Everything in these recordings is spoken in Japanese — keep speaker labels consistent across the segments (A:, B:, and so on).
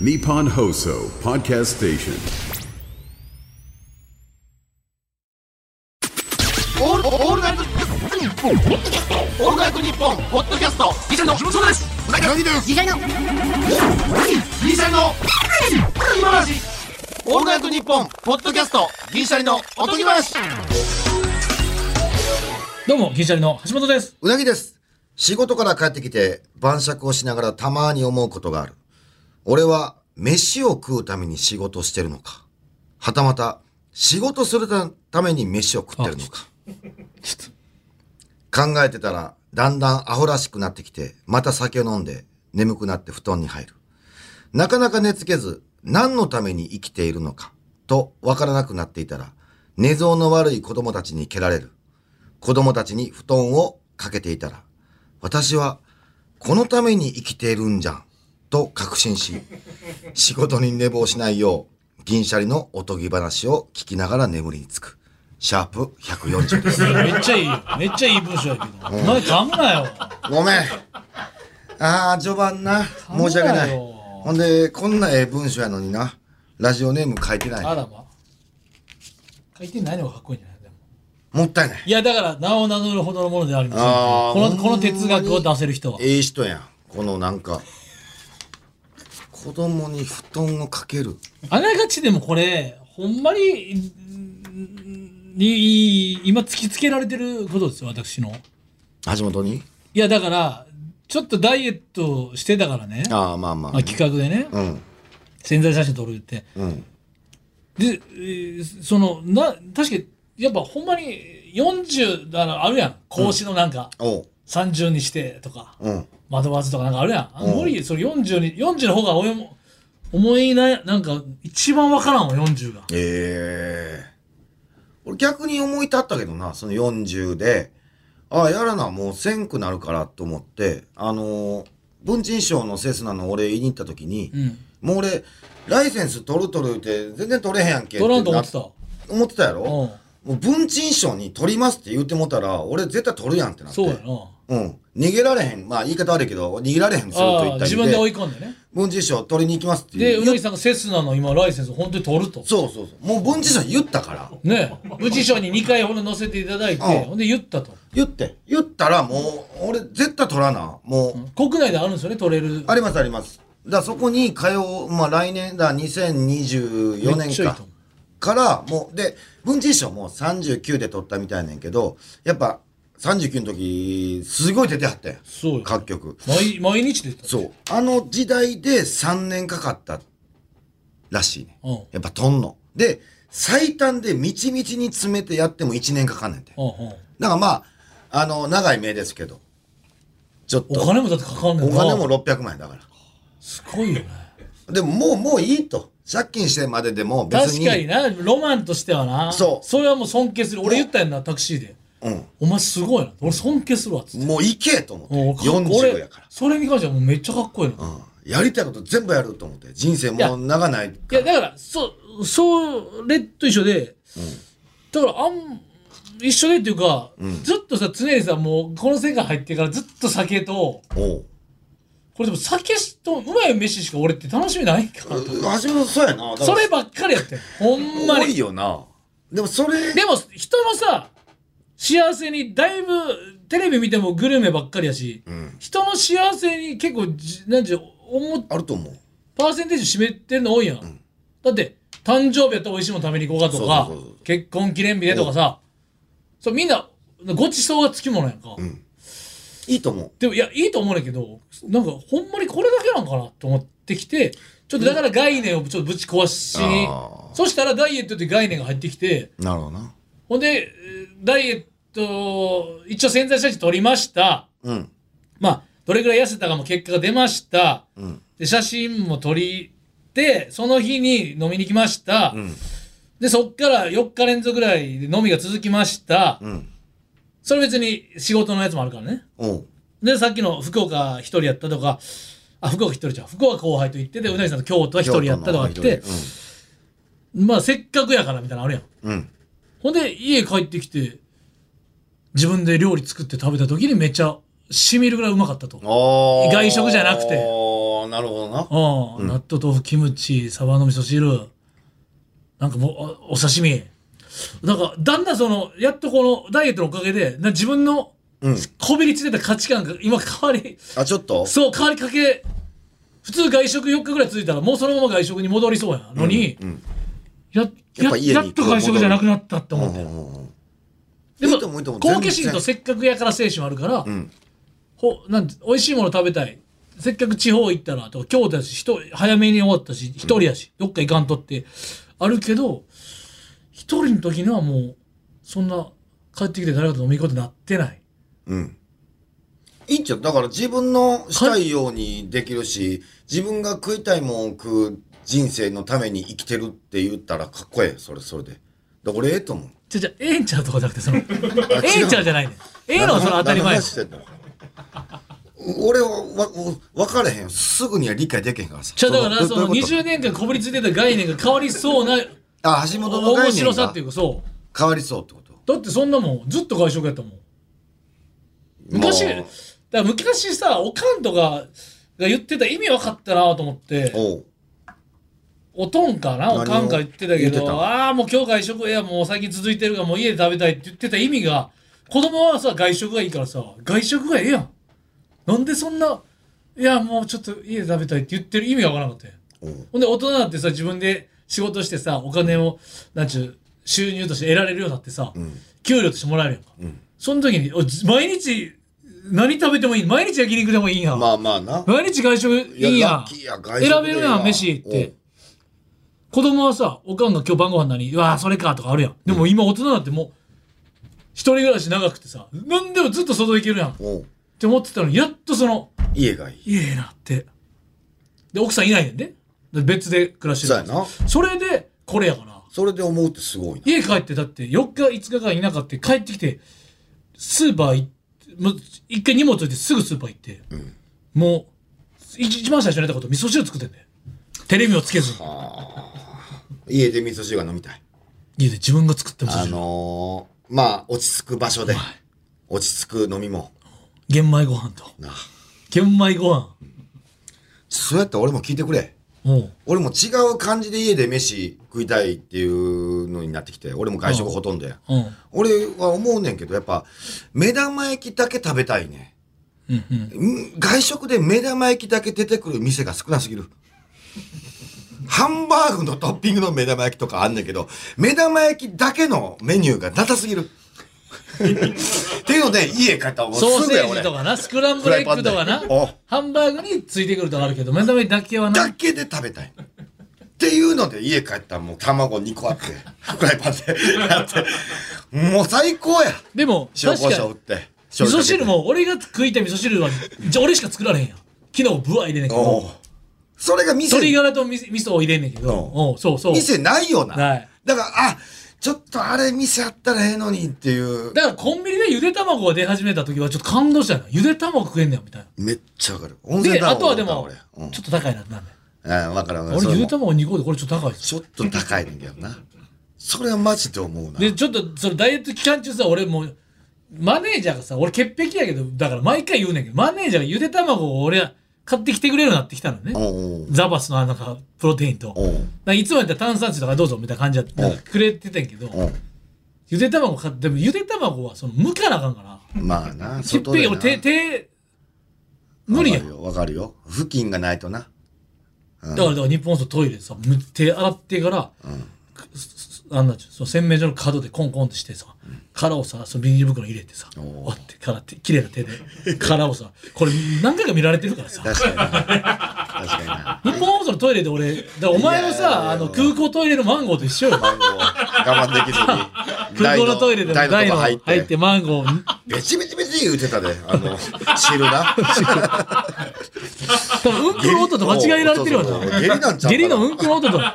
A: Nippon Hoso Podcast Station.
B: オールオールナイトニッポンオールナイトニッポンポッドキャストギシャリのそうです何ですギシャリのギシャリの今話オールナイトニッポンポッドキャストギシャリのおとぎ話
C: どうも、銀シャリの橋本です。
D: うなぎです。仕事から帰ってきて晩酌をしながらたまに思うことがある。俺は飯を食うために仕事してるのか。はたまた仕事するたために飯を食ってるのか。考えてたらだんだんアホらしくなってきて、また酒を飲んで眠くなって布団に入る。なかなか寝つけず何のために生きているのかとわからなくなっていたら、寝相の悪い子供たちに蹴られる。子供たちに布団をかけていたら、私はこのために生きているんじゃん、と確信 し、仕事に寝坊しないよう、銀シャリのおとぎ話を聞きながら眠りにつく。シャープ140です。
C: めっちゃいいよ。めっちゃいい文章やけど。お前噛むなよ。
D: ごめん。ああ、序盤な。申し訳な。
C: 頼むないよ
D: ほんで、こんなええ文章やのにな。ラジオネーム書いてな
C: あ
D: い。
C: らま。書いてないのがかっこいいんじゃないでも
D: もったいない。
C: いや、だから、名を名乗るほどのものではありません。
D: あー
C: この、
D: ほんま
C: この
D: に
C: 哲学を出せる人は。
D: ええ人やん。このなんか、子供に布団をかける。
C: あながちでもこれ、ほんまに、んんい今突きつけられてることですよ、私の。
D: 橋本に
C: いや、だから、ちょっとダイエットしてたからね。
D: ああ、まあまあ、
C: まあ、企画でね、
D: うん。
C: 潜在写真撮るって。
D: うん。
C: で、えーその、な、確かに、やっぱほんまに40、あの、あるやん。孔子のなんか、
D: おう。
C: 30にしてとか、
D: うん。
C: 惑わずとかなんかあるやん。あ
D: うん
C: 無理、それ40に、40の方が俺も、思いな、なんか、一番わからんわ、40が。
D: ええ俺逆に思い立ったけどな、その40で、ああ、やらな、もうせんくなるからと思って、あのー文珍賞のセスナのお礼言いに行った時に、
C: うん。
D: もう俺、ライセンス取る取る言うて、全然取れへんやんけ。
C: 取らんと思ってた。
D: な
C: う
D: 思ってたやろも
C: ん。
D: う文珍賞に取りますって言うてもたら、俺絶対取るやんってなって。
C: そうやな。
D: うん。逃げられへん。まあ言い方悪いけど、逃げられへんすると
C: あ
D: 言
C: あ、
D: ったり
C: 自分で追い込んでね。
D: 文珍賞取りに行きますって
C: で、
D: 言
C: う
D: う
C: なぎさんがセスナの今、ライセンス本当に取ると。
D: そうそうそう。もう文珍賞言ったから。
C: ね無事賞に2回ほど載せていただいて、
D: うん
C: ほんで言ったと。
D: 言って言ったらもう俺絶対取らなもう、
C: 国内であるんですよね、取れる。
D: ありますありますだからそこに通うまあ来年だ2024
C: めっちゃ
D: 年
C: いい
D: か
C: と思
D: からもうで文珍賞も39で取ったみたいなんやけどやっぱ39の時すごい出てはったよ
C: そうよ。
D: 各局
C: 毎毎日出てた。
D: そうあの時代で3年かかったらしいね
C: うん。
D: やっぱ取んので最短でみちみちに詰めてやっても1年かかんねんて
C: うんうん。
D: だからまああの長い目ですけどちょっと
C: お金もだってかかんねん
D: お
C: な
D: 金も600万円だか
C: すごいよね
D: ら。でももう、もういいと。借金してまででも別
C: 確
D: に。
C: かになロマンとしてはな
D: そう
C: それはもう尊敬する俺言ったやんなタクシーで
D: う
C: お前すごいな俺尊敬するわっつって
D: ん。もういけと思って。
C: もうかっこ
D: 40やから
C: 俺。それに関してはもうめっちゃかっこいいの、い
D: うん。やりたいこと全部やると思って。人生もう長ないか
C: や
D: ら。
C: だからそそれと一緒で、だからあん一緒でっていうか、ずっとさ常にさもうこの世界入ってからずっと酒と
D: おう。
C: これでも酒とうまい飯しか俺って楽しみないか
D: う
C: ら
D: 橋本そうやな。だから
C: そればっかりやってんほんま
D: 多
C: に
D: いよな。でもそれ、
C: でも人のさ幸せにだいぶテレビ見てもグルメばっかりやし、
D: ん
C: 人の幸せに結構じなんていうのおも
D: あると思う。
C: パーセンテージ占めてるの多いやん、だって誕生日やったら美味しいもの食べに行こうかとか
D: そうそうそうそう
C: 結婚記念日でとかさそうみんなごちそうがつきものやんか、
D: いいと思う。
C: でもいやいいと思うねんだけどなんかほんまにこれだけなんかなと思ってきてちょっとだから概念をちょっとぶち壊しに、
D: あー
C: そしたらダイエットっていう概念が入ってきて、
D: なるほどな。
C: ほんで、えーダイエット、一応潜在写真撮りました。
D: うん。
C: まあ、どれぐらい痩せたかも結果が出ました。
D: うん。
C: で、写真も撮り、で、その日に飲みに来ました。
D: ん
C: で、そっから4日連続ぐらいで飲みが続きました。
D: うん。
C: それ別に仕事のやつもあるからね。
D: おう。
C: で、さっきの福岡一人やったとか、あ、福岡一人じゃん。福岡後輩と言ってて、うなぎさんと京都は一人やったとか言って
D: 京、都の一
C: まあ、せっかくやからみたいなのあるやん。
D: 人。うん。うん
C: ほんで、家帰ってきて、自分で料理作って食べた時にめっちゃ染みるぐらいいうまかったと。
D: あー
C: 外食じゃなくて
D: あーあ、なるほどな。
C: うん、納豆豆腐キムチサバの味噌汁なんかもうおお刺身なんかだんだんそのやっとこのダイエットのおかげでな自分のこびりついてた価値観が今変わり
D: あ、ちょっと
C: そう変わりかけ普通外食4日ぐらい続いたらもうそのまま外食に戻りそうやのに、や
D: やっ
C: や
D: ぱ家に
C: やっと外食じゃなくなったって思って、で
D: いいと思ういいと思
C: も
D: う
C: 好奇心
D: 全
C: と
D: 然
C: せっかくやから精神はあるから、ほなんて美味しいもの食べたいせっかく地方行ったらとか京都やし人早めに終わったし一人やし、どっか行かんとってあるけど一人の時にはもうそんな帰ってきて誰かと飲み行こうってなってない
D: いいんちゃうだから自分のしたいようにできるし、自分が食いたいもんを食う人生のために生きてるって言ったらかっこええ、それ、それで。だから俺ええと思う。
C: じゃじゃええんちゃうとかじゃなくてそのええんちゃうじゃないねんええのはその当たり
D: 何の
C: 前や
D: 話してんの俺はわわ分かれへんよ。
E: すぐには理解できへんからさ。
C: じゃあだから
E: ど
C: その
E: どういうこと
C: 20年間こびりついてた概念が変わりそうな
E: あ、橋本の概
C: 面白
E: 念
C: さ
E: が
C: っていうかそう
E: 変わりそうってこと。
C: だってそんなもんずっと外食やったもん昔
D: も
C: だから昔さおかんとかが言ってた意味分かったなと思っ
D: う
C: て
D: おう
C: おとんかな
D: 何を
C: おかんか言ってたけ
E: 言って
C: ど
E: た
C: ああもう今日外食いやもう最近続いてるからもう家で食べたいって言ってた意味が子供はさ外食がいいからさ外食がええやんなんでそんないやもうちょっと家で食べたいって言ってる意味が分からなかったよ
D: おう
C: ほんで大人だってさ自分で仕事してさお金をなんちゅう収入として得られるようになってさ、給料としてもらえるやんか、その時にお毎日何食べてもいい毎日焼肉でもいいやん、
D: まあまあな。
C: 毎日外食いい
D: いや
C: や
D: ラッ
C: ん
D: キーや外食でええわ
C: 選べるやん飯って子供はさおかんが今日晩ご飯何うわーそれかとかあるやんでも今大人だってもう一人暮らし長くてさ何でもずっと外行けるやんっ
D: おう
C: て思ってたのにやっとその
D: 家がいい。
C: いえなってで奥さんいないねんでで別で暮らして
D: そうや
C: る
D: な。
C: それでこれやから
D: それで思うってすごいな。
C: 家帰ってだって4日5日間いなかって帰ってきてスーパー行ってもう一回荷物置いてすぐスーパー行って、もう一一番最初にやったこと味噌汁作ってんだよテレビをつけずに
D: 家で味噌汁が飲みたい。
C: 家で自分が作った味噌
D: あ
C: 汁
D: のー、まあ、落ち着く場所で、落ち着く飲み物。
C: 玄米ご飯と
D: なあ
C: 玄米ご飯
E: そうやって俺も聞いてくれ。
C: もう
D: 俺も違う感じで家で飯食いたいっていうのになってきて、俺も外食ほとんどや。
C: うん
E: 俺は思うねんけど、やっぱ、目玉焼きだけ食べたいね。うん外食で目玉焼きだけ出てくる店が少なすぎる。ハンバーグのトッピングの目玉焼きとかあんねんけど、目玉焼きだけのメニューがなさすぎる。っていうので、家買ったらもう
C: ソー
E: すぐ
C: セ
E: や
C: ージ
E: 俺。
C: とかなスクランブルエッグとかな
E: フライパンだよ
C: ハンバーグについてくるとかあるけど目玉焼きだけは
E: だ
C: な
E: けで食べたい。っていうので家帰ったらもう卵2個あって、フライパンでやって、もう最高や。
C: でも
E: 塩
C: 確
E: コシ
C: か
E: ョウ打っ
C: に
E: て。
C: 味
E: 醤油かけて
C: 噌汁。も俺が食いたい味噌汁はじゃあ俺しか作られへんやん昨日ぶわ入れねんけ
E: お
C: ど
E: うそれが店
C: 鶏ガラとみ味噌を入れんねんけど、
E: う
C: おうそうそう。
E: 店ないよな。
C: ない
E: だから、あ、ちょっとあれ店あったらええのにっていう。
C: だからコンビニでゆで卵が出始めた時はちょっと感動したよな。ゆで卵食えんねんみたいな。
E: めっちゃわかる。温
C: で、
E: 卵
C: あとはでも
E: 俺、うん
C: ちょっと高いなってなんね
E: あわかるわかる。
C: ん。
E: それ
C: 俺ゆ
E: も
C: で卵2個でこれちょっと高いです。
E: ちょっと高いねんだけどな。それはマジで思うな。
C: で、ちょっとそのダイエット期間中さ、俺もう、マネージャーがさ、俺潔癖やけど、だから毎回言うねんけど、マネージャーがゆで卵を俺は買ってきてくれるようになってきたのね。
E: おうおう
C: ザバスのあのなんかプロテインと。だ
E: お
C: か
E: う
C: らいつもやったら炭酸水とかどうぞみたいな感じでくれてたんやけど、
E: おう
C: ゆで卵買って、でもゆで卵はその剥かなあかんから。
E: まあな、
C: ちっぺ
E: で
C: ん
E: な
C: 俺手手無理やんだか
E: わかるよ。わかるよ布巾がないとな。
C: らだから日本のトイレでさむ手洗ってから、すすあんなその洗面所の角でコンコンってしてさ殻をさそのビニール袋に入れてさ割って殻って綺麗な手で殻をさこれ何回か見られてるからさ
E: 確かにな。確かにな。
C: 日本放送のトイレで俺だからお前の
E: いやいやいや
C: さあの空港トイレのマンゴーと一緒よ
E: もう我慢でき ずに。
C: 空港のトイレでも
E: 台の
C: 台
E: と
C: の
E: こ
C: 入
E: 入
C: っ
E: ってて。
C: マンゴー
E: べちべちべち言うてたで、あの、汁な。
C: 多分うんこの音と間違えられてるよ
E: そうそう
C: な
E: そう下痢なんちゃうかな
C: 下痢のうんこの音とマ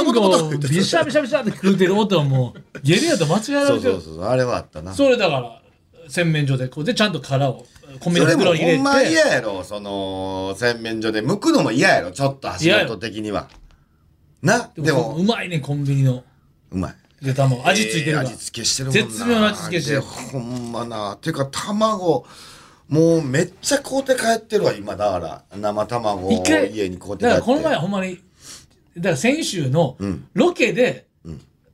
C: ンゴーをビシャビシャビシャって食うてる音はもうゲリラと間違えら
E: そう
C: れて
E: そ
C: る
E: うそう、あれはあったな。そ
C: それだから洗面所でこうでちゃんと殻を米の
E: れも
C: 袋に入
E: ほ
C: れ
E: んま嫌
C: て
E: やろ、その、洗面所で剥くのも嫌やろ、ちょっと足元的には。な、で
C: でも
E: も
C: う、まいねコンビニの
E: うまい。
C: ゆで卵味付いてる
E: え
C: か
E: ー
C: ら
E: 味付けしてるもんな。
C: 絶妙な味付けしてる
E: でほんまな。てか、卵、
D: もうめっちゃ買うて帰ってるわ今だから生卵を
C: 一回
D: 家に買うて帰
C: だ
D: っ
C: か
D: て
C: らこの前ほんまにだから先週の
D: ん
C: ロケで、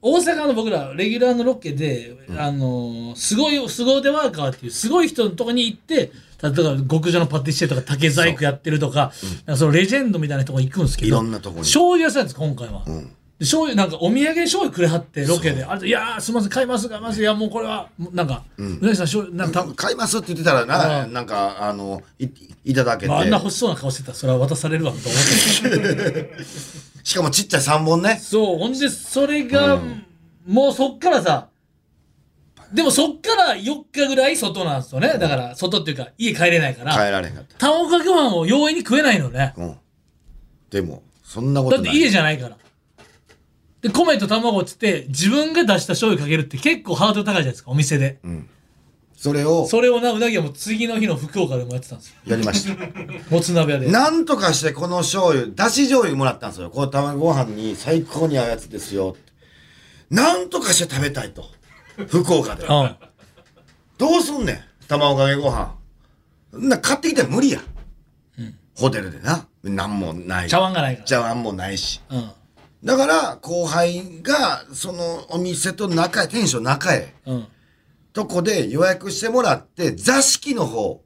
C: 大阪の僕らレギュラーのロケで、あのーすごいすご腕ワーカーっていうすごい人のとこに行って例えば極上のパティシエとか竹細工やってるとかそ,、なんかそのレジェンドみたいなとこ行くんですけど
D: いろんなとこに
C: 醤油屋さんです今回は、で醤油なんかお土産で醤油くれはってロケであれいやーすみません買います買いますいやもうこれはなんか村井さん醤油なんかた
D: 買いますって言ってたらな、
C: うん
D: なんかあのいいただけて、
C: まああんな欲しそうな顔してたらそれは渡されるわと思って。
D: しかもちっちゃい3本ね
C: そう、ほんで、それが、もうそっからさ、でもそっから4日ぐらい外なんですよね。だから、外っていうか、家帰れないから。
D: 帰られへんかった、
C: 卵かけご飯を容易に食えないのね。
D: うん、でもそんなこ
C: だ
D: と
C: っ
D: な
C: て
D: い
C: 家じゃないから。で、米と卵っつって、自分が出した醤油かけるって結構ハードル高いじゃないですか、お店で。
D: それを
C: それをな、うなぎはもう次の日の福岡でもやってたんですよ。
D: やりま した
C: もつ鍋屋で。
D: なんとかしてこの醤油、だし醤油もらったんですよ。こう卵ご飯に最高に合うやつですよ。なんとかして食べたいと。福岡で。
C: うん。
D: どうすんねん。卵かけご飯。んな買ってきて無理や。ホテルでな。なんもない。
C: 茶碗がないから。
D: 茶碗もないし。
C: うん。
D: だから、後輩が、そのお店と仲へ、テンション仲へ、
C: うん。
D: とこで予約してもらって、座敷の方、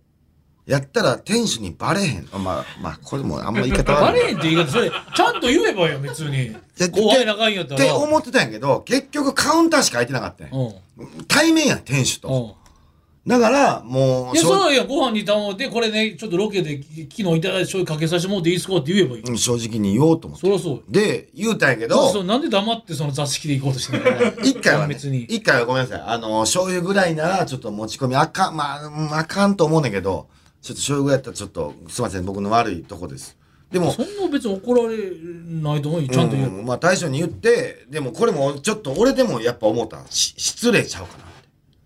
D: やったら店主にバレへん。あまあ、まあ、これもあんま言い方悪い。
C: バレへんって言い方、それ、ちゃんと言えばよ、別に。
D: で
C: 後輩仲いいんやった
D: って
C: ら。
D: 思ってたんやけど、結局カウンターしか空いてなかったんや
C: うん。
D: 対面や、店主と。
C: うん。
D: だから、もう、
C: いや、
D: 正
C: そういや、ご飯に頼んで、これね、ちょっとロケでき昨日いただいた醤油かけさせてもらっていいですかって言えばいい。
D: うん正直に言おうと思っ
C: そり
D: て。
C: ゃそうよ。
D: で、言うたんやけど、
C: そうなんで黙ってその座敷で行こうとしてんの
D: 一回は、ね、
C: 別に。
D: 一回はごめんなさい。あの、醤油ぐらいなら、ちょっと持ち込みあかん、まあ、うんあかんと思うねんだけど、ちょっと醤油ぐらいやったら、ちょっと、すいません、僕の悪いとこです。でも、
C: そんな別に怒られないと思うよ。ちゃんと言えば。
D: うんまあ、大将に言って、でもこれも、ちょっと、俺でもやっぱ思った。し失礼ちゃうかなって。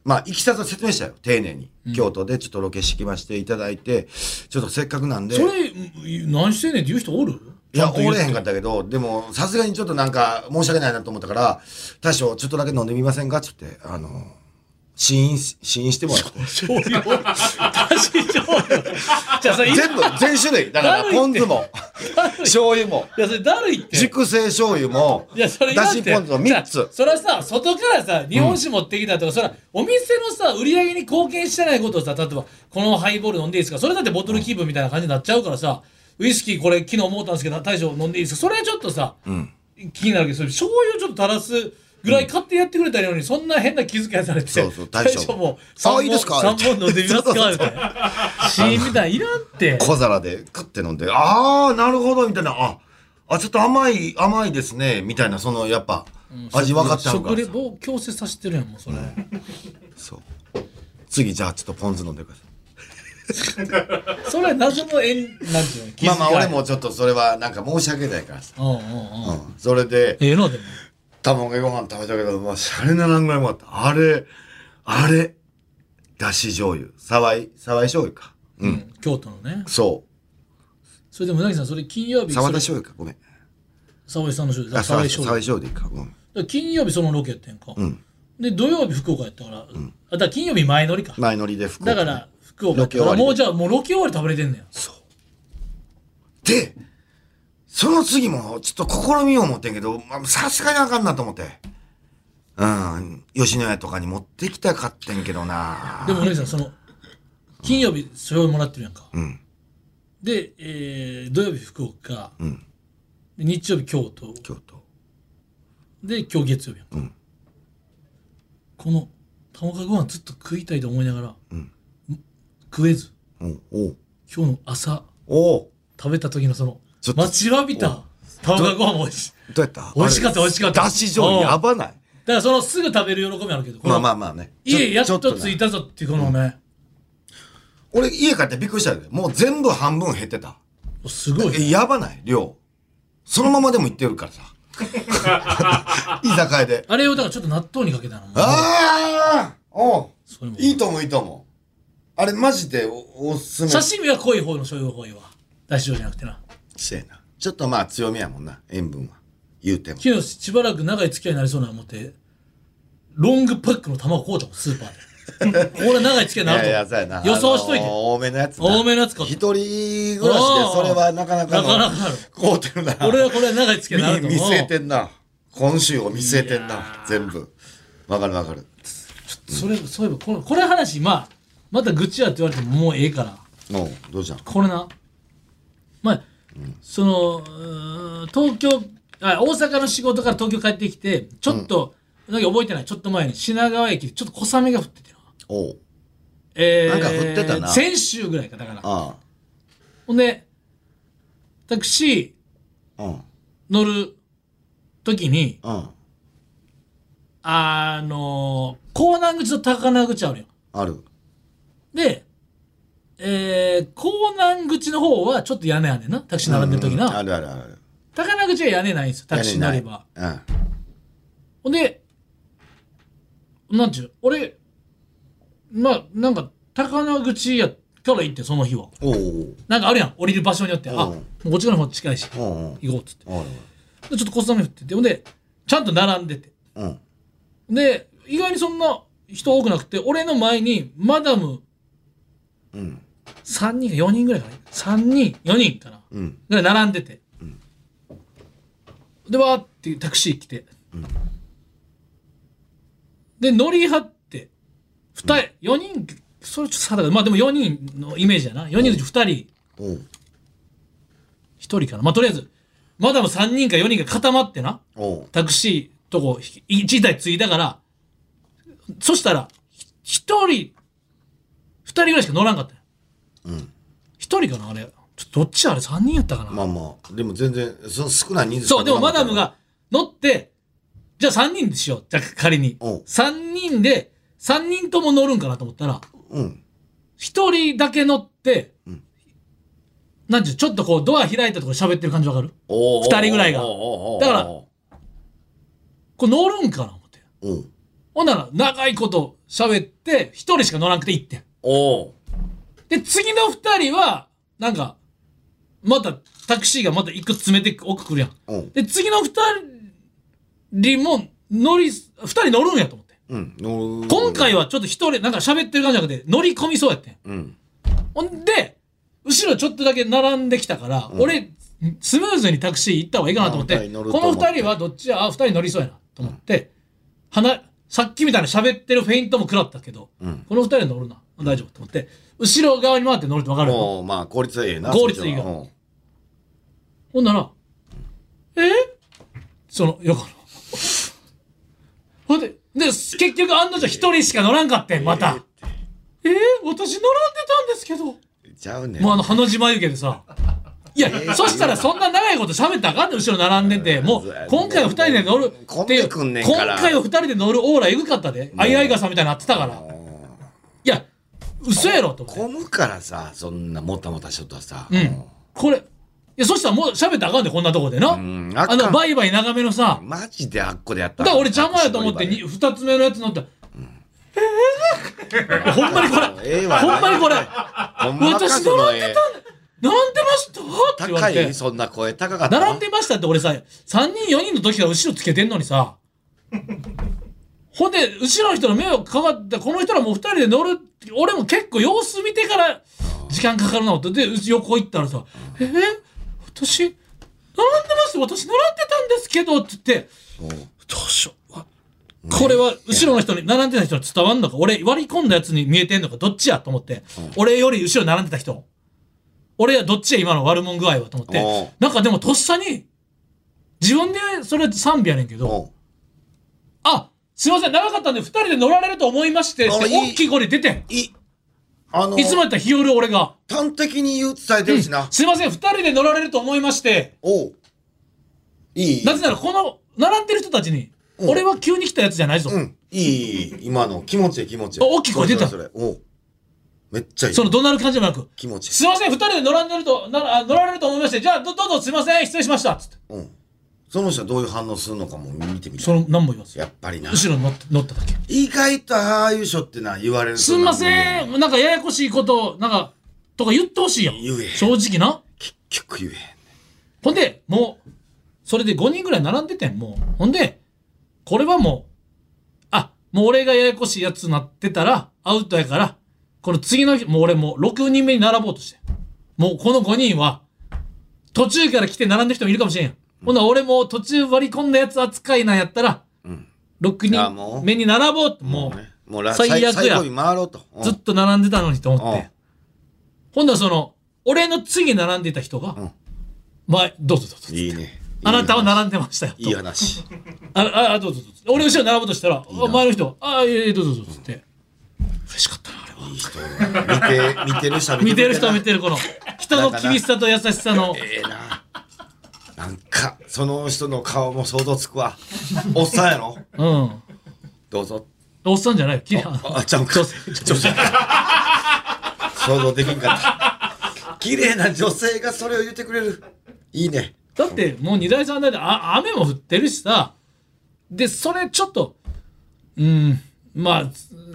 D: まあ、いきさつを説明したよ、丁寧に。京都でちょっとロケしてきましていただいて、ちょっとせっかくなんで。
C: それ、何してんねんって言う人おる
D: いや、
C: ちゃんと言
D: お
C: う
D: れへんかったけど、でも、さすがにちょっとなんか、申し訳ないなと思ったから、大将、ちょっとだけ飲んでみませんかって言って、あの、試飲し、試飲してもらって。
C: 醤油を。だし醤油。じゃあ、それ、い
D: 全部、全種類。だから、
C: だるいって
D: ポン酢も、醤油も、
C: や、それだるいって。
D: 熟成醤油も、
C: いや、それ
D: だ
C: だっ。
D: してポン酢も3つ。
C: それはさ、外からさ、日本酒持ってきたとか、それはお店のさ、売り上げに貢献してないことをさ、例えば、このハイボール飲んでいいですかそれだってボトルキープみたいな感じになっちゃうからさ、ウイスキーこれ昨日思ったんですけど、大将飲んでいいですかそれはちょっとさ、気になるけど、それ醤油ちょっと垂らすぐらい買ってやってくれたのに、そんな変な気遣いされて、
D: そうそう大将
C: も、
D: あ
C: 3本
D: いいですか
C: 三本飲んでみますかみたいな。 シーンみたいないらんって。
D: 小皿で食って飲んで、あー、なるほど、みたいな、あ、あ、ちょっと甘い、甘いですね、みたいな、その、やっぱ、味分かってはるから
C: 食レ
D: さ。
C: ポを強制させてるやん、もうそれ。
D: そう。次、じゃあ、ちょっとポン酢飲んでください。
C: それは謎の縁、なんていうの気遣い
D: まあまあ俺もちょっとそれはなんか申し訳ないからさ、
C: うんうんうん。
D: うん、それで
C: ええのでも。
D: 卵かけご飯食べたけどまあシャレならんぐらいもあったあれあれだし醤油沢井沢井醤油か
C: うん。京都のね。
D: そ
C: それでも、うなぎさん、それ金曜
D: う
C: 日。
D: 沢田
C: それ
D: 醤油かごめん
C: 沢井さんの醤油。
D: あ沢
C: 沢
D: 井
C: 井
D: 醤油
C: 醤
D: 沢井醤
C: 油。
D: 油でいいかごめん
C: だから金曜日そのロケやってんか。
D: ん
C: で、土曜日福岡やったから。あ、だから金曜日前乗りか。
D: 前乗りで福岡
C: だ
D: ね
C: から、福岡やった
D: ロケ終
C: か
D: わ
C: ら、
D: りで
C: もうじゃあ、もうロケ終わり食べれてんねん。
D: でその次もちょっと試みを持ってんけどまあさすがにあかんなと思ってうん吉野家とかに持ってきたかってんけどな
C: でも、うなぎさん、その、金曜日それをもらってるやんか。
D: ん
C: で、えー、土曜日福岡。で日曜日京都。
D: 京都
C: で、今日月曜日やんか。この、卵かけご飯ずっと食いたいと思いながら、ん食えず。
D: うんおう
C: 今日の朝
D: おう
C: 食べた時のその
D: ちょっと
C: 待ちわびた卵かけご飯も美味しい
D: どうやった
C: 美味しかった
D: あれ
C: 美味しかった
D: だし醤油
C: うん
D: やばない
C: だからそのすぐ食べる喜びあるけどこの
D: まあまあまあね。
C: 家やっ
D: ちょ
C: と
D: ちょな
C: 着いたぞっていうこのね、
D: 俺家帰ってびっくりしたよ。もう全部半分減ってた。
C: すごい
D: えやばない量。そのままでも行ってる からさ。居酒屋で。
C: あれをだからちょっと納豆にかけたのも
D: ああおう
C: それも
D: いいと思ういいと思う。あれマジでおおすすめ。
C: 刺身は濃い方の醤油が濃いわだし醤油じゃなくてな
D: せやな。ちょっとまあ強みやもんな。塩分は。言うても。
C: 昨日しばらく長い付き合いになりそうな思ってロングパックの卵買うたもんスーパー で俺長い付き合いになると
D: い
C: 思
D: や
C: う
D: いやそうやな
C: 予想しといて
D: あのー多めのやつな
C: 多めのやつ買っ
D: 一
C: て
D: 人暮らしでそれはなかなかの
C: なかなかの
D: 買うてるな
C: 俺はこれは長い付き合いになると
D: 見
C: 思う
D: 見据えてんな今週を見据えてんな全部わかるわかる
C: それそういえばこのこれ話まあまた愚痴やって言われてももうええから
D: おうどうじゃん
C: これなまあ、そのうーん東京あ大阪の仕事から東京帰ってきてちょっと、なんか覚えてないちょっと前に品川駅でちょっと小雨が降っててな
D: おう
C: えー
D: なんか降ってたな
C: 先週ぐらいかだから
D: あ
C: ほんでタクシ
D: あうん
C: ー乗る時に
D: うん
C: あのー港南口と高輪口あるよ
D: ある
C: で、えー、港南口の方はちょっと屋根あんねんな。タクシー並んでる時な。
D: あるあるある
C: 高輪口は屋根ないんですよ。タクシー乗れば。
D: やれない
C: ほんで、なんちゅう、俺、まあ、なんか、高輪口やから行って、その日は。
D: うんおう
C: なんかあるやん。降りる場所によって。あ、
D: うん
C: もうこっちからも近いし、
D: おうおう
C: 行こうっつって。
D: おう
C: でちょっと小雨降ってて。ほんで、ちゃんと並んでて。
D: おううん
C: で、意外にそんな人多くなくて、俺の前に、マダム、
D: うん
C: 3人か4人ぐらいかな。3人、4人かな。
D: うん
C: ぐらい並んでて、でわーってタクシー来て、で乗り張って2人、4人それちょっと定かまあでも4人のイメージやな4人のうち2人1
D: おう
C: 人かなまあとりあえずまだも3人か4人が固まってな
D: おう
C: タクシーとこ1台着いたからそしたら1人2人ぐらいしか乗らんかったよ、1人かなあれちょっとどっちあれ3人やったかな、
D: まあまあでも全然その少ない人数
C: そう、でもマ
D: ま
C: ダ
D: だ
C: ムが乗って、じゃあ3人でしよう。じゃあ仮に。
D: おう
C: 3人で、3人とも乗るんかなと思ったら、
D: うん
C: 1人だけ乗って、なんちゅう、ちょっとこうドア開いたところ喋ってる感じわかる
D: おうおうおう
C: 二人ぐらいが
D: おうおうおうおう
C: だからこれ乗るんかな思って。
D: おう
C: ほんなら、長いこと喋って、1人しか乗らなくて1点。
D: おう
C: で、次の2人は、なんか、またタクシーがまた1個詰めて奥来るやん。
D: おう
C: で、次の2人も乗り、2人乗るんやと思って。
D: うんおう
C: 今回はちょっと一人、なんか喋ってる感じじゃなくて、乗り込みそうやってん。
D: うん
C: ほんで、後ろちょっとだけ並んできたから、俺、スムーズにタクシー行った方がいいかなと思って、
D: まあ二人乗ると
C: こ
D: 思
C: の
D: って
C: 二人はどっちや、あ、二人乗りそうやなと思って、はなさっきみたいな喋ってるフェイントも食らったけど、この二人は乗るな。大丈夫と思って、後ろ側に回って乗ると分かる。ほ
D: おうまあ効率はいいな
C: 効率いいよ
D: そっちはおうん
C: なら、えその、横の。ほんで、で、結局案の定一人しか乗らんかってん、また。えー、私乗らんでたんですけど。
D: ちゃうねん
C: もうあの、鼻血眉毛でさ。いや、そしたらそんな長いこと喋ったらあかんで、後ろ並んでて。も
D: そううや、ね
C: 今回は二人で乗る
D: こ
C: っ
D: ん
C: て
D: で
C: いう。
D: くん
C: 今
D: ねんから
C: 回は二人で乗るオーラエグかったで。あいあい傘みたいになってたから。いや、嘘やろ、と思って。
D: 混むからさそんなもたもたしとったらさ
C: うん。これ。いや、そしたらもう喋ったらあかんで、こんなとこでな。
D: んあかん
C: あの、バイバイ長めのさ。
D: マジであっこでやった
C: だから俺邪魔やと思ってに二つ目のやつ乗ったら。え ーほんまにこれ。
D: ええわ
C: ほんまにこれ。
D: ほんまか
C: 私
D: その
C: 並んでた並んでましたって言わ
D: 高
C: れて
D: い。そんな声高かった
C: 並んでましたって俺さ、3人4人の時から後ろつけてんのにさ、ほんで、後ろの人の目をかわって、この人らもう2人で乗る、俺も結構様子見てから時間かかるなと。で、うち横行ったらさ、えー、私、並んでます私並んでたんですけどって言って、どうしよう。わこれは後ろの人に、並んでた人に伝わんのか俺割り込んだやつに見えてんのかどっちやと思って。俺より後ろに並んでた人。俺はどっちや今の悪者具合はと思っ
D: おう
C: て。なんかでもとっさに、自分でそれ賛美やねんけど、
D: おう
C: あ、すいません、長かったんで二人で乗られると思いまして、って
D: あいい
C: 大きい声で出てん。
D: いあの
C: いつもやったら日和る俺が。
D: 端的に言う伝えてるしな
C: すいません、二人で乗られると思いまして、
D: おういい
C: なぜならこの、並んでる人たちに、俺は急に来たやつじゃないぞ。
D: うんいい今の気持ちいい気持ちいい
C: あ大きい声出た
D: それそれそれおうめっちゃいい
C: その怒鳴る感じもなく。
D: 気持ちい
C: すいません、二人で乗らんでると、なあ乗られると思いまして、じゃあ、どどうぞすいません、失礼しました。つって。
D: いうんその人はどういう反応するのかも見てみ
C: そ
D: る
C: の、何も言います。
D: やっぱりな
C: 後ろに乗って乗っただけ。
D: 意外とああいう人ってな言われると
C: すいま
D: なん
C: せ
D: か
C: ん、なんかややこしいことを、なんか、とか言ってほしいやん。
D: 言え
C: 正直な。
D: 結局言えへん
C: ほんで、もう、それで5人ぐらい並んでてん、もう。ほんで、これはもう、あ、もう俺がややこしいやつになってたら、アウトやから、この次の日、もう俺もう6人目に並ぼうとして。もうこの5人は、途中から来て並んでる人もいるかもしれんやん。ほんなら俺もう途中割り込んだやつ扱いなんやったら、6
D: あも
C: 人
D: う
C: 目に並ぼうって、もう。
D: もうラ
C: 最
D: 最
C: 悪や
D: 最後に回ろうと。うん
C: ずっと並んでたのにと思っ
D: うん
C: て。ほんならその、俺の次並んでた人が、
D: ん
C: まあ、どうぞどうぞ。
D: いいね。
C: あなたは並んでましたよ。と
D: いい話。いい話。
C: あ、あ、あどうぞどうぞ。俺後ろに並ぼうとしたら、あ前の人、あ、いえいえ、どうぞどうぞって。嬉しかったな、あれは。
D: 見て、見てる人は
C: 見てる人は見
D: る
C: てる、この、人の厳しさと優しさの、
D: ええな。なんか、その人の顔も想像つくわ。おっさんやろ
C: うん。
D: どうぞ。
C: おっさんじゃないよ。きれいな
D: あ、ちゃうか。女性。想像できんかった。綺麗な女性がそれを言ってくれる。いいね。
C: だって、もう二台三台で、あ、雨も降ってるしさ、で、それちょっと、うん、まあ、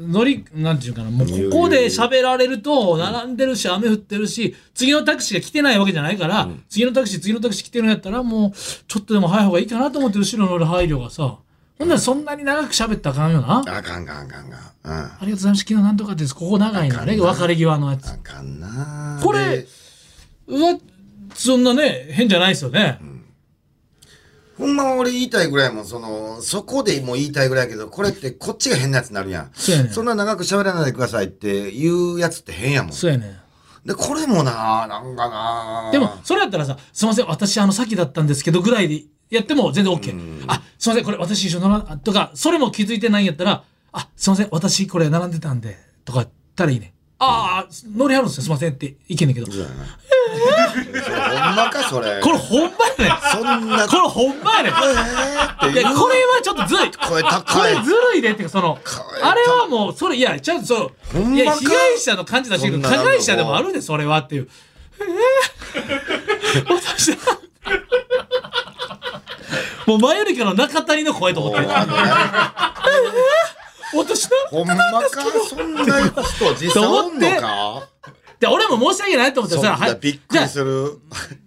C: 乗り、なんていうかな、もうここで喋られると、並んでるし、雨降ってるし、次のタクシーが来てないわけじゃないから、次のタクシー、次のタクシー来てるんやったら、もう、ちょっとでも早い方がいいかなと思って、後ろ乗る配慮がさ、ほんならそんなに長く喋ったらあかんよな。
D: あかんかんかんかん。うん。
C: ありがとうございます。昨日なんとかです。ここ長いのね。別れ際のやつ
D: あ。かんな
C: これ
D: で
C: うわ、そんなね、変じゃないですよね。
D: ほんまは俺言いたいぐらいもん、その、そこでもう言いたいぐらいやけど、これってこっちが変なやつになるやん。
C: そうやねん
D: そんな長く喋らないでくださいって言うやつって変やもん。
C: そうやね。
D: で、これもななんかな
C: でも、それやったらさ、すいません、私、あの、先だったんですけど、ぐらいでやっても全然 OK。あ、すいません、これ私一緒に並ん、あとか、それも気づいてないんやったら、あ、すいません、私これ並んでたんで、とか言ったらいいね。ああ、乗りはるんですよ、すいませんっていけんねんけど。こ
D: そうやなほんまか、それ。
C: れほんまやねん。
D: そんな、
C: これほんまやねん。
D: えーっ
C: い
D: て
C: や、
D: 言う
C: これはちょっとずるい。
D: 声
C: こ
D: 高い
C: れ。ずるいでっていうかその
D: かわいい
C: あれはもうそれいやちゃんとそ
D: ほん
C: の
D: まか
C: いや被害者の感じだし
D: そんな
C: 加害者でもあるでそれはっていうえー、 私だもう前よりかの中谷の声と思
D: もう
C: ってる
D: あのね
C: 私だ
D: ほんまか、そんな人実際おんのか
C: で俺も申し訳ないと思って
D: そん
C: さは
D: ないびっく
C: じゃ
D: り
C: あ
D: する。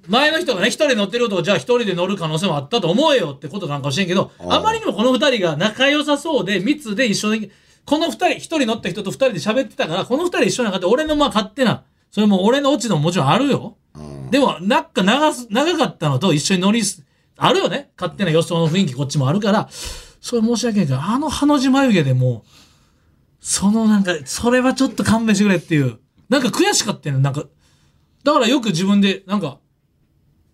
C: 前の人がね一人乗ってることをじゃあ一人で乗る可能性もあったと思えよってことなんかもしれんけどあまりにもこの二人が仲良さそうで密で一緒にこの二人一人乗った人と二人で喋ってたからこの二人一緒になかった俺のまあ勝手なそれも俺の落ち度ももちろんあるよ、でもなんか長す長かったのと一緒に乗りすあるよね勝手な予想の雰囲気こっちもあるからそれ申し訳ないけどあのハの字眉毛でもうそのなんかそれはちょっと勘弁してくれっていうなんか悔しかったよねなんかだからよく自分でなんか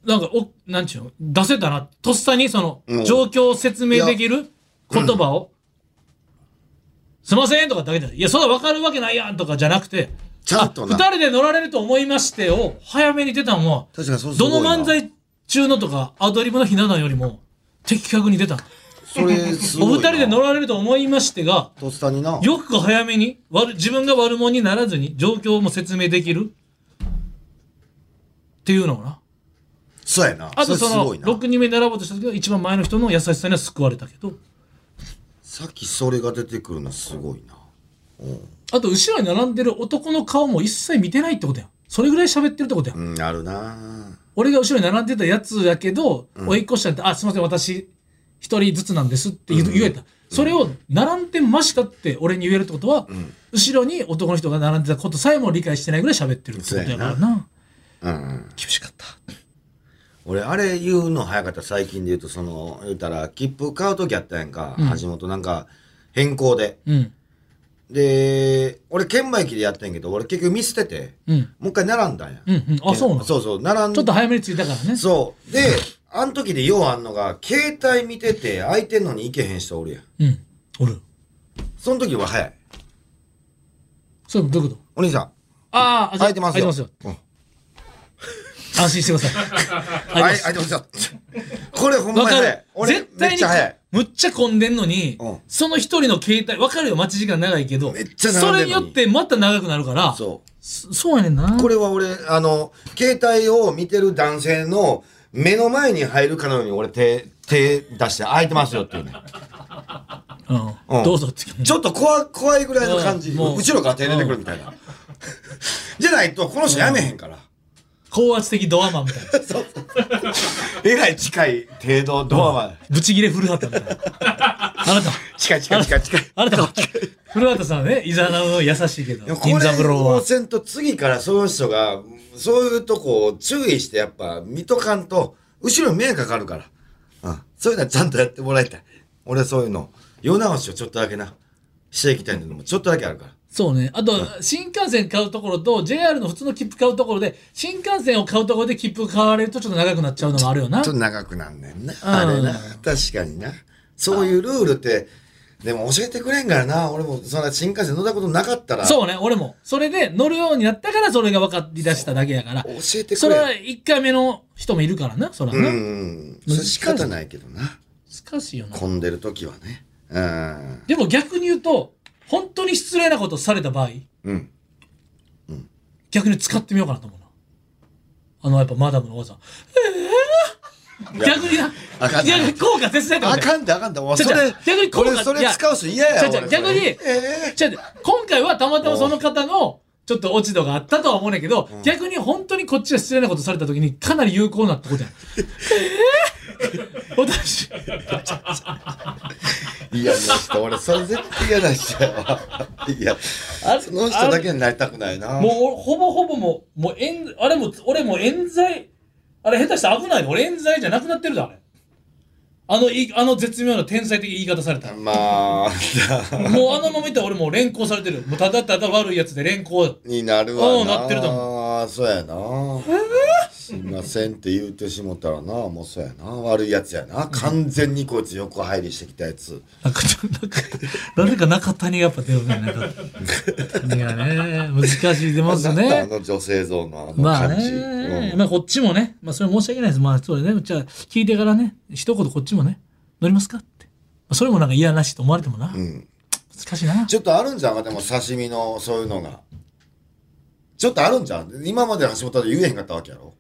C: なんか、お、なんちゅうの出せたな。とっさにその
D: うん、
C: 状況を説明できる言葉を。すいませんとかだけじゃない。いや、そんなわかるわけないやんとかじゃなくて、
D: ちゃんと
C: 二
D: な。
C: 人で乗られると思いましてを、早めに出たのは、
D: 確かにそうすご
C: ど
D: いな
C: の漫才中のとか、アドリブのひな壇よりも、的確に出た。
D: それす
C: お
D: ごいな
C: 二人で乗られると思いましてが、
D: とっさにな。
C: よく早めに、悪、自分が悪者にならずに、状況も説明できる。っていうのをな。
D: そうやな。
C: あと
D: れす
C: そ
D: ご
C: の
D: いな。
C: 6人目に並ぼうとした時は一番前の人の優しさには救われたけど
D: さっきそれが出てくるのすごいな。
C: あと後ろに並んでる男の顔も一切見てないってことやんそれぐらい喋ってるってことやん、
D: うん、あるな
C: 俺が後ろに並んでたやつやけど、追い越したんて「あすいません私一人ずつなんです」って言,、言えたそれを「並んでました」って俺に言えるってことは、後ろに男の人が並んでたことさえも理解してないぐらい喋ってるってことやからな
D: そう
C: 厳しかった
D: 俺、あれ言うの早かった。最近で言うと、その、言うたら、切符買う時やったやんか。橋本なんか、変更で。
C: うん
D: で、俺、券売機でやってんけど、俺結局見捨てて、
C: うん
D: もう一回並んだんや。
C: うんうんあそうなのち
D: そうそう、並ん
C: ょっと早めに着いたからね
D: そう。で、あの時でようあんのが、携帯見てて、空いてんのに行けへん人おるやん。
C: うん俺
D: その時は早い。
C: それもどういうこと
D: お兄さん、
C: ああ、
D: 空いてますよ。
C: 空いてますよ。安心してくだ さい。
D: はい、空
C: 空い
D: い
C: て
D: てますよ。 これほん
C: ます。
D: まに
C: わか
D: 早
C: る
D: い。。俺、
C: 絶対
D: めっ
C: に
D: ちゃ早い。、
C: むっちゃ混んでんのに
D: うん、
C: その一人の携帯、わかるよ、待ち時間長いけど
D: めっち、ゃ
C: そ
D: 並
C: れ
D: ん
C: に
D: でんの
C: よ
D: に
C: ってまた長くなるから、
D: そう。
C: そそうやねんな。
D: これは俺、あの、携帯を見てる男性の目の前に入るかのように俺手、手出して空いてますよっていうね。
C: う
D: うん
C: ん。どうぞって。
D: ちょっと怖い、怖いぐらいの感じ。
C: うんもう
D: 後ろから手出てくるみたいな。 じゃないと、この人やめへんから。
C: 高圧的ドアマンみたいな。
D: えらい近い程度、ドアまで。
C: ブチギレ古畑みたいな。あなた、
D: 近い近い近い近い。
C: あなた、古畑さんね、イザナの優しいけど
D: でも、これ
C: 銀三郎
D: を
C: は。
D: せんと次からそういう人が、そういうとこを注意してやっぱ見とかんと、後ろに迷惑かかるから。うん。そういうのはちゃんとやってもらいたい。俺そういうの、世直しをちょっとだけな、していきたいのもちょっとだけあるから。
C: そうね。あと、新幹線買うところと、JR の普通の切符買うところで、新幹線を買うところで切符買われるとちょっと長くなっちゃうのもあるよな
D: ちょっ。と長くなんねんな。あれな。確かにな。そういうルールって、でも教えてくれんからな。俺もそんな新幹線乗ったことなかったら。
C: そうね、俺も。それで乗るようになったから、それが分かり出しただけやから
D: 教。えてく
C: そ
D: れ
C: れは1回目の人もいるからな、そら
D: う
C: な。
D: ん。それ仕方ないけどな。
C: 難しいよな。
D: 混んでる時はね。うん。
C: でも逆に言うと、本当に失礼なことされた場合、
D: うん。
C: 逆に使ってみようかなと思うな。あの、やっぱマダムの技。えー、逆にな
D: あか、んな
C: 逆に効果絶対だ
D: あ
C: と思
D: か
C: う
D: んであかんで。お
C: ち
D: そ
C: ゃちゃ
D: れ、
C: 逆に効果
D: 俺そ
C: い
D: れ
C: や
D: 使う人嫌や
C: ちゃち
D: 俺
C: ゃ
D: それ
C: 逆に、ちゃちゃ今回はたまたまその方の、ちょっと落ち度があったとは思うねんけど、逆に本当にこっちが失礼なことされた時にかなり有効なってこと やん。えー、私、
D: 嫌な人。俺それ絶対嫌な人やわ。いや、
C: あ
D: その人だけになりたくないな。
C: もうおほぼほぼもう、もうえんあれも、俺もう冤罪、あれ下手したら危ないの俺冤罪じゃなくなってるだ、あれ。あのい、あの絶妙な天才的言い方さ れた。も
D: まあ、
C: うあのまま見たら俺もう連行されてる。もうただただ悪いやつで連行。
D: になるわ
C: うん
D: な。
C: なってると
D: ああ、そうやな。すいませんって言うてしもたらな、もうそうやな。悪いやつやな。完全にこいつ横入りしてきたやつ。
C: なんか、なんか、なぜか中谷がやっぱ出るね。なんか、谷がね、難しい出ま す
D: なんだあ
C: ね。
D: の女性像のあの
C: まあ
D: 感じ。
C: ね、
D: うん
C: まあこっちもね、まあそれ申し訳ないです。まあそうだね、じゃあ聞いてからね、一言こっちもね、乗りますかって。まあそれもなんか嫌なしと思われてもな。難しいな。
D: ちょっとあるんじゃんかでも刺身のそういうのが。ちょっとあるんじゃん今まで橋本は言えへんかったわけやろ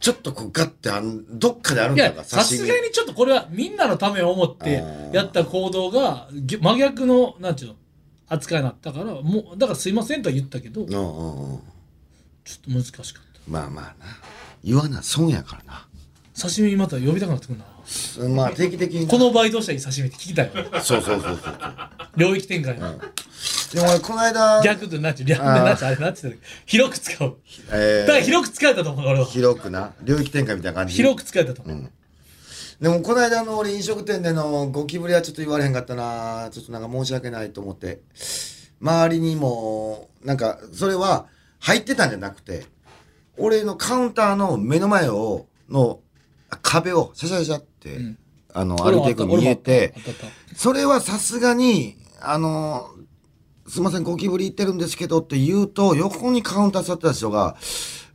D: ちょっとこうガッてあん、どっかであるん
C: い
D: じゃん
C: や
D: か、
C: さすがにちょっとこれはみんなのためを思ってやった行動がぎ真逆の、なんちゅうの、扱いになったから、もう、だからすいませんとは言ったけど、ちょっ
D: うんうんうん。
C: と難しかった。
D: まあまあな。言わな、損やからな。
C: 刺身また呼びたくなってくるな。
D: まあ定期的に。
C: このバイトしたに刺身って聞きたいわ。
D: そうそうそうそう。
C: 領域展開の。
D: でも俺この間、
C: 逆となっちゅう、略でなっちゅう、あれなっちゅう。広く使う。
D: え
C: だから
D: ー、
C: 広く使えたと思う、俺は。
D: 広くな、領域展開みたいな感じ。
C: 広く使えたと思う。
D: でもこの間の俺飲食店でのゴキブリはちょっと言われへんかったなちょっとなんか申し訳ないと思って周りにもなんかそれは入ってたんじゃなくて俺のカウンターの目の前をの壁をシャシャシャシャって、あの歩いていくの見えて
C: 俺もあった俺もあっ
D: それはさすがにあのすいませんゴキブリ行ってるんですけどって言うと横にカウンター座ってた人が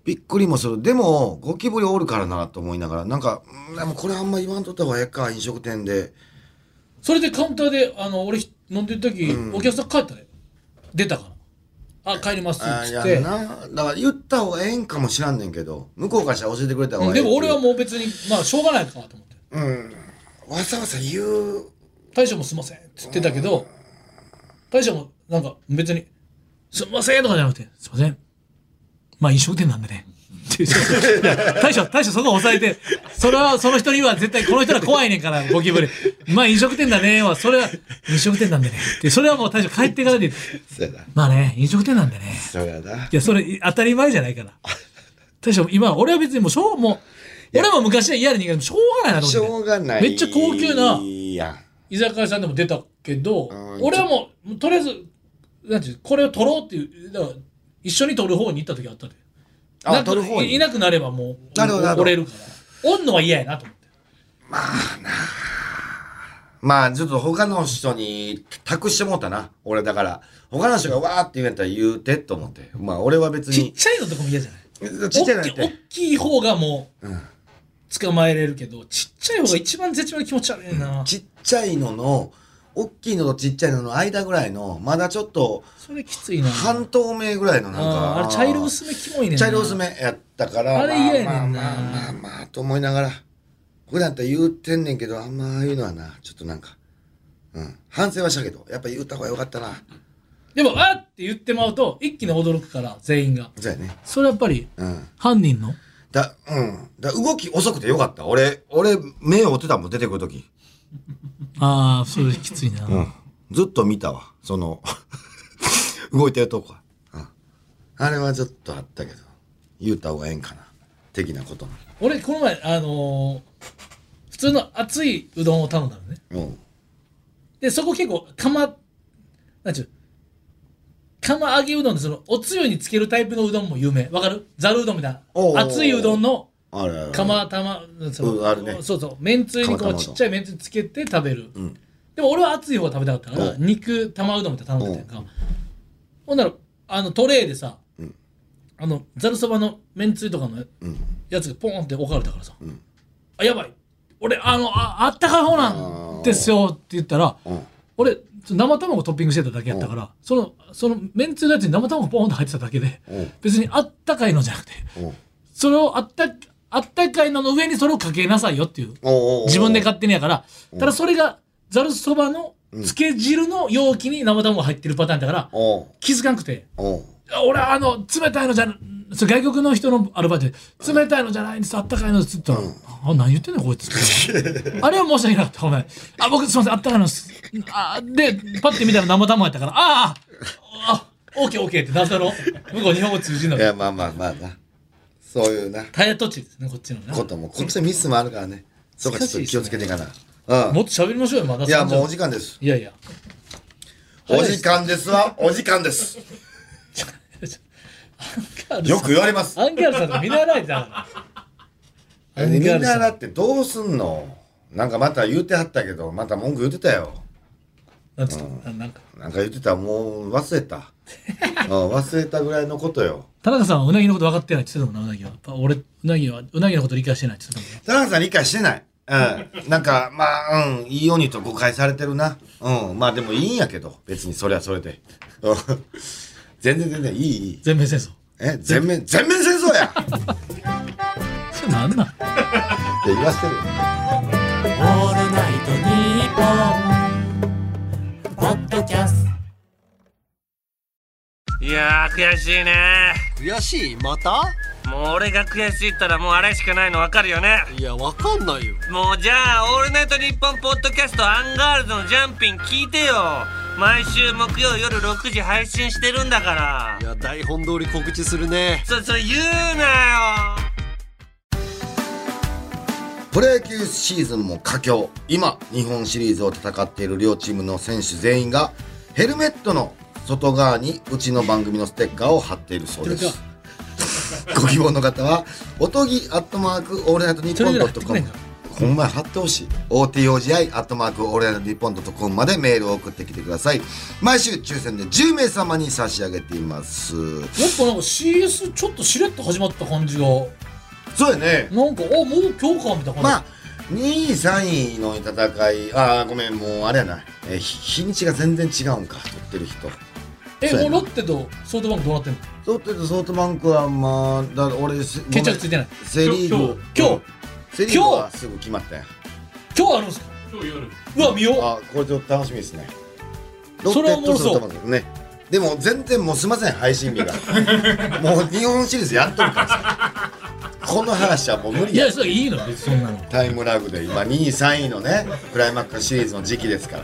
D: びっくりもするでもゴキブリおるからなと思いながらなんかうんでもこれあんま言わんとった方がええか飲食店で
C: たそれでカウンターで、あの、俺飲んでる時、お客さん帰ったね。出たから。あ、帰ります。
D: あ
C: っ
D: い
C: つ
D: や
C: って。
D: なだから言った方がええんかもしらんねんけど向こうからしたら教えてくれた方
C: う
D: が
C: ん
D: ええ
C: でも俺
D: っ
C: は
D: て
C: もう別に、まあしょうがないかと思って。
D: いうわざわざ言う
C: 大将もすいませんって言ってたけど、大将もなんか別に、すいませんとかじゃなくて、すいません。まあ飲食店なんでね。 って言っていや大将、大将そこ抑えて、それはその人には絶対この人は怖いねんから、ゴキブリ。まあ飲食店だねは、それは飲食店なんでね。って、それはもう大将帰ってからで、
D: そうやな
C: まあね、飲食店なんでね。
D: そうやない
C: や、それ当たり前じゃないから。大将、今、俺は別にもう、しょう、もう、俺も昔は嫌で逃げてもしょうがないなと思っ
D: し
C: て。
D: てょうがない
C: めっちゃ高級ない
D: や
C: 居酒屋さんでも出たけど
D: うん、
C: 俺はもう、とりあえず、なんていう、これを取ろうっていう、だから、一緒に取る方に行った時あったで。
D: あ
C: なく
D: 取る方に
C: いいなくなればもう、
D: なるほどなるほど
C: 折れるから。おんのは嫌やなと思って。
D: まあ、ちょっと他の人に託してもうたな。俺だから、他の人がわーって言うんやったら言うてと思って。まあ、俺は別
C: ちっ
D: に。
C: ちゃいのとかも嫌じゃない
D: ちっちゃいな
C: お
D: ん
C: っき大
D: て。
C: きい方がもう、捕まえれるけど、ちっちゃい方が一番絶妙な気持ち悪いな。
D: ちっちゃいのの、大きいのとちっちゃいのの間ぐらいの、まだちょっと
C: それきついな。
D: 半透明ぐらいのなん
C: あ
D: か。
C: ーあれ、茶色薄めキモいねんな。
D: 茶色薄めやったから、
C: あれ嫌やねんな
D: まあまあまあまあまあと思いながら、普段と言うてんねんけど、あんまああいうのはな、ちょっとなんか、うん。反省はしたけど、やっぱ言った方がよかったな。
C: でも、あーって言ってまうと、一気に驚くから、全員が。
D: そうやね。
C: それやっぱり、
D: うん。
C: 犯人の
D: だ、うん。だ動き遅くてよかった。俺、俺、目を追ってたもん、出てくるとき。
C: ああ、それきついな。
D: うん。ずっと見たわ。その、 動いてるとこは。うんあれはちょっとあったけど、言うた方がええんかな。的なことな。
C: 俺この前あのー普通の熱いうどんを頼んだのね
D: うん。
C: でそこ結構釜なんちゅう釜揚げうどんでそのおつゆにつけるタイプのうどんも有名わかるざるうどんみたい
D: おうおうおう
C: な熱いうどんの
D: あれあれ。
C: 釜玉その
D: うんあるね
C: そうそうめんつゆにこ
D: 釜玉う
C: う
D: どん
C: ちっちゃいめんつゆつけて食べる、でも俺は熱い方が食べたかったから
D: う
C: 肉玉うどんみたいなの頼んでたやんかほんならあのトレーでさ、あのざるそばのめんつゆとかのやつがポーンって置かれたからさ、あやばい俺あのああったかい方なんですよって言ったら、俺生卵トッピングしてただけやったから、そのそのめんつゆのやつに生卵ポーンって入ってただけで、別にあったかいのじゃなくて、それをあったあったかいのの上にそれをかけなさいよっていう
D: おうおうおう
C: 自分で勝手にやからただそれがざるそばのつけ汁の容器に生卵が入ってるパターンだから
D: おう
C: 気づかんくて
D: おう
C: あ俺はあの冷たいのじゃそう外国の人のアルバイトで冷たいのじゃないんですあったかいのですって言ったら、あ何言ってんの こいつあれは申し訳なかったお前あ僕すいませんあったかいのですあでパッて見たら生卵やったからあああオーケーオーケーって謎の向こう日本語通じるの
D: いや、まあまあまあな。そういうな。
C: タイヤ土地ですねこっちのね
D: ことも、こっちのミスもあるからね。そうか、ちょっと気をつけていかな。うん。
C: もっと喋りましょうよまだ
D: いや、
C: 30
D: もうお時間です。
C: いやいや
D: お時間ですわ。お時間です。よく言われます。
C: アンガールさんと見習いじゃん。ア
D: み
C: ン
D: ん
C: ガール
D: な
C: さ
D: だ
C: ん。
D: ってどうすんのなんかまた言うてはったけど、また文句言うてたよ。
C: なんつったなんか。
D: なんか言ってた、もう忘れた。うん、忘れたぐらいのことよ。
C: 田中さんはうなぎのこと分かってないって言ってたもんな、うなぎは。やっぱ俺、うなぎは、うなぎのこと理解してないって言ってたも
D: 田
C: ん
D: 中さん理解してない。うん。なんか、まあ、うん、いいようにと誤解されてるな。うん。まあでもいいんやけど、別にそれはそれで。うん全然全然いい、いい。
C: 全面戦争。
D: え、全面、全面戦争やって
C: それなんなん
D: 言わせてるよ。
F: いやー悔しいね
G: 悔しいまた
F: もう俺が悔しいったらもうあれしかないの分かるよね
G: いやわかんないよ
F: もうじゃあ「オールナイトニッポン」ポッドキャストアンガールズのジャンピン聞いてよ毎週木曜夜6時配信してるんだから
G: いや台本通り告知するね
F: そそれ言うなよ
D: プロ野球シーズンも佳境今日本シリーズを戦っている両チームの選手全員がヘルメットの外側にうちの番組のステッカーを貼っているそうです
C: そ
D: ご希望の方はおとぎアットマークオールナイトニッポンドットコムほんまや貼ってほしい OTOGI アットマークオールナイトニッポンドットコムまでメールを送ってきてください毎週抽選で10名様に差し上げています
C: やっぱなんか CS ちょっとしれっと始まった感じが、な
D: そうやね
C: んか、あ、もう今日かみたいな感じ。
D: まあ、2位、3位の戦い、ああ、ごめん、もうあれやな、えー日、日にちが全然違うんか、取ってる人。
C: え、
D: そうや
C: も
D: な
C: うロッテとソフトバンクどうなってんの
D: 取ってるソフトバンクは、まあ、だ俺、決
C: 決着ついてない。
D: セ・リーグ、
C: 今日、
D: セ・リーグはすぐ決まったやん。
C: 今日あるんすか今日夜。うわ、見よ
D: あこれちょっと楽しみですね。ロ
C: そ
D: ッ
C: れは
D: テ
C: おもろ
D: と
C: そ
D: ソ
C: う
D: フトバンクね。でも全然もうすいません配信日 がもう日本シリーズやっとるからさこの話はもう無
C: う。
D: 理
C: い
D: や
C: や、それいいのよ別にそんなの。
D: タイムラグで今2位3位のねクライマックスシリーズの時期ですから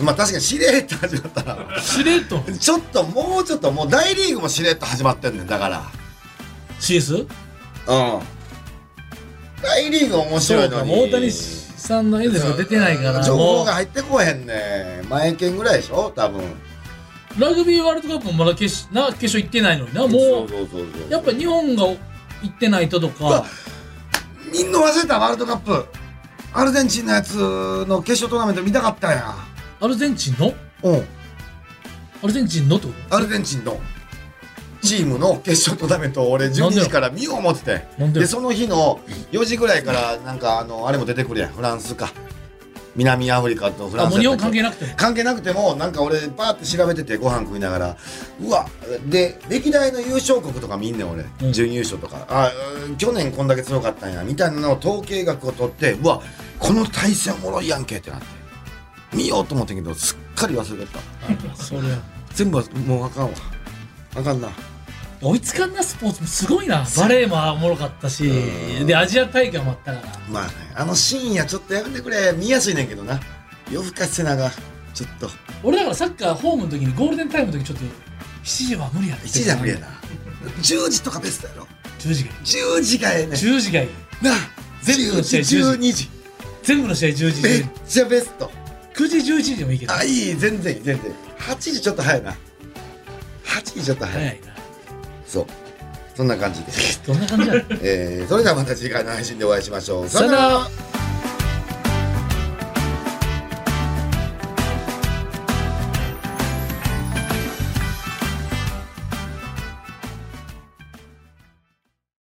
D: まあ確かにしれっと始まったら
C: しれっと
D: ちょっともうちょっともう大リーグもしれっと始まってんねんだから
C: CS?
D: うん大リーグ面
C: そ
D: 白
C: う
D: いの
C: か、
D: に
C: もう大谷さんのエンゼルスが出てないから、
D: 情
C: も
D: 報
C: う
D: が入ってこへんねん前券ぐらいでしょ多分
C: ラグビーワールドカップもまだ決しな決勝行ってないのになも
D: そうそうそうそう
C: うやっぱ日本が行ってないととか
D: みんな忘れたワールドカップアルゼンチンのやつの決勝トーナメント見たかったんや
C: アルゼンチンの
D: うん
C: アルゼンチンのってこと
D: アルゼンチンのチームの決勝トーナメントを俺12時から見よう思ってて
C: なんで
D: でその日の4時ぐらいからなんかあのあれも出てくるやんフランスか南アフリカとフラ
C: あ
D: ン
C: も
D: ス
C: う日
D: や
C: 本
D: ったっ
C: 関
D: け
C: 係なくても
D: 関係なくてもなんか俺パーって調べててご飯食いながらうわで歴代の優勝国とか見んねん俺、
C: ん
D: 準優勝とかあうん去年こんだけ強かったんやみたいなのを統計学を取ってうわこの対戦おもろいやんけってなって見ようと思ってんけどすっかり忘れてた
C: それ
D: 全部はもうあかんわあかんな
C: 追いつかんなスポーツもすごいなバレーもおもろかったしでアジア大会もあったから
D: まあねあの深夜ちょっとやめてくれ見やすいねんけどな夜更かしせながちょっと
C: 俺だからサッカーホームの時にゴールデンタイムの時ちょっと7時は無理やって
D: 1時だ無理やな10時とかベストやろ
C: 10時がいい
D: 10時がええねん
C: 10時がいい
D: なあ
C: 全部の
D: 10時
C: 試合10
D: 12時
C: 全部の試合10時
D: めっちゃベスト
C: 9時11時でもいいけど
D: あいい全然いい全然いい8時ちょっと早いな8時ちょっと早い、
C: 早いな
D: そうそんな感じで、
C: どんな感じなの
D: えー、それではまた次回の配信でお会いしましょう
C: さよなら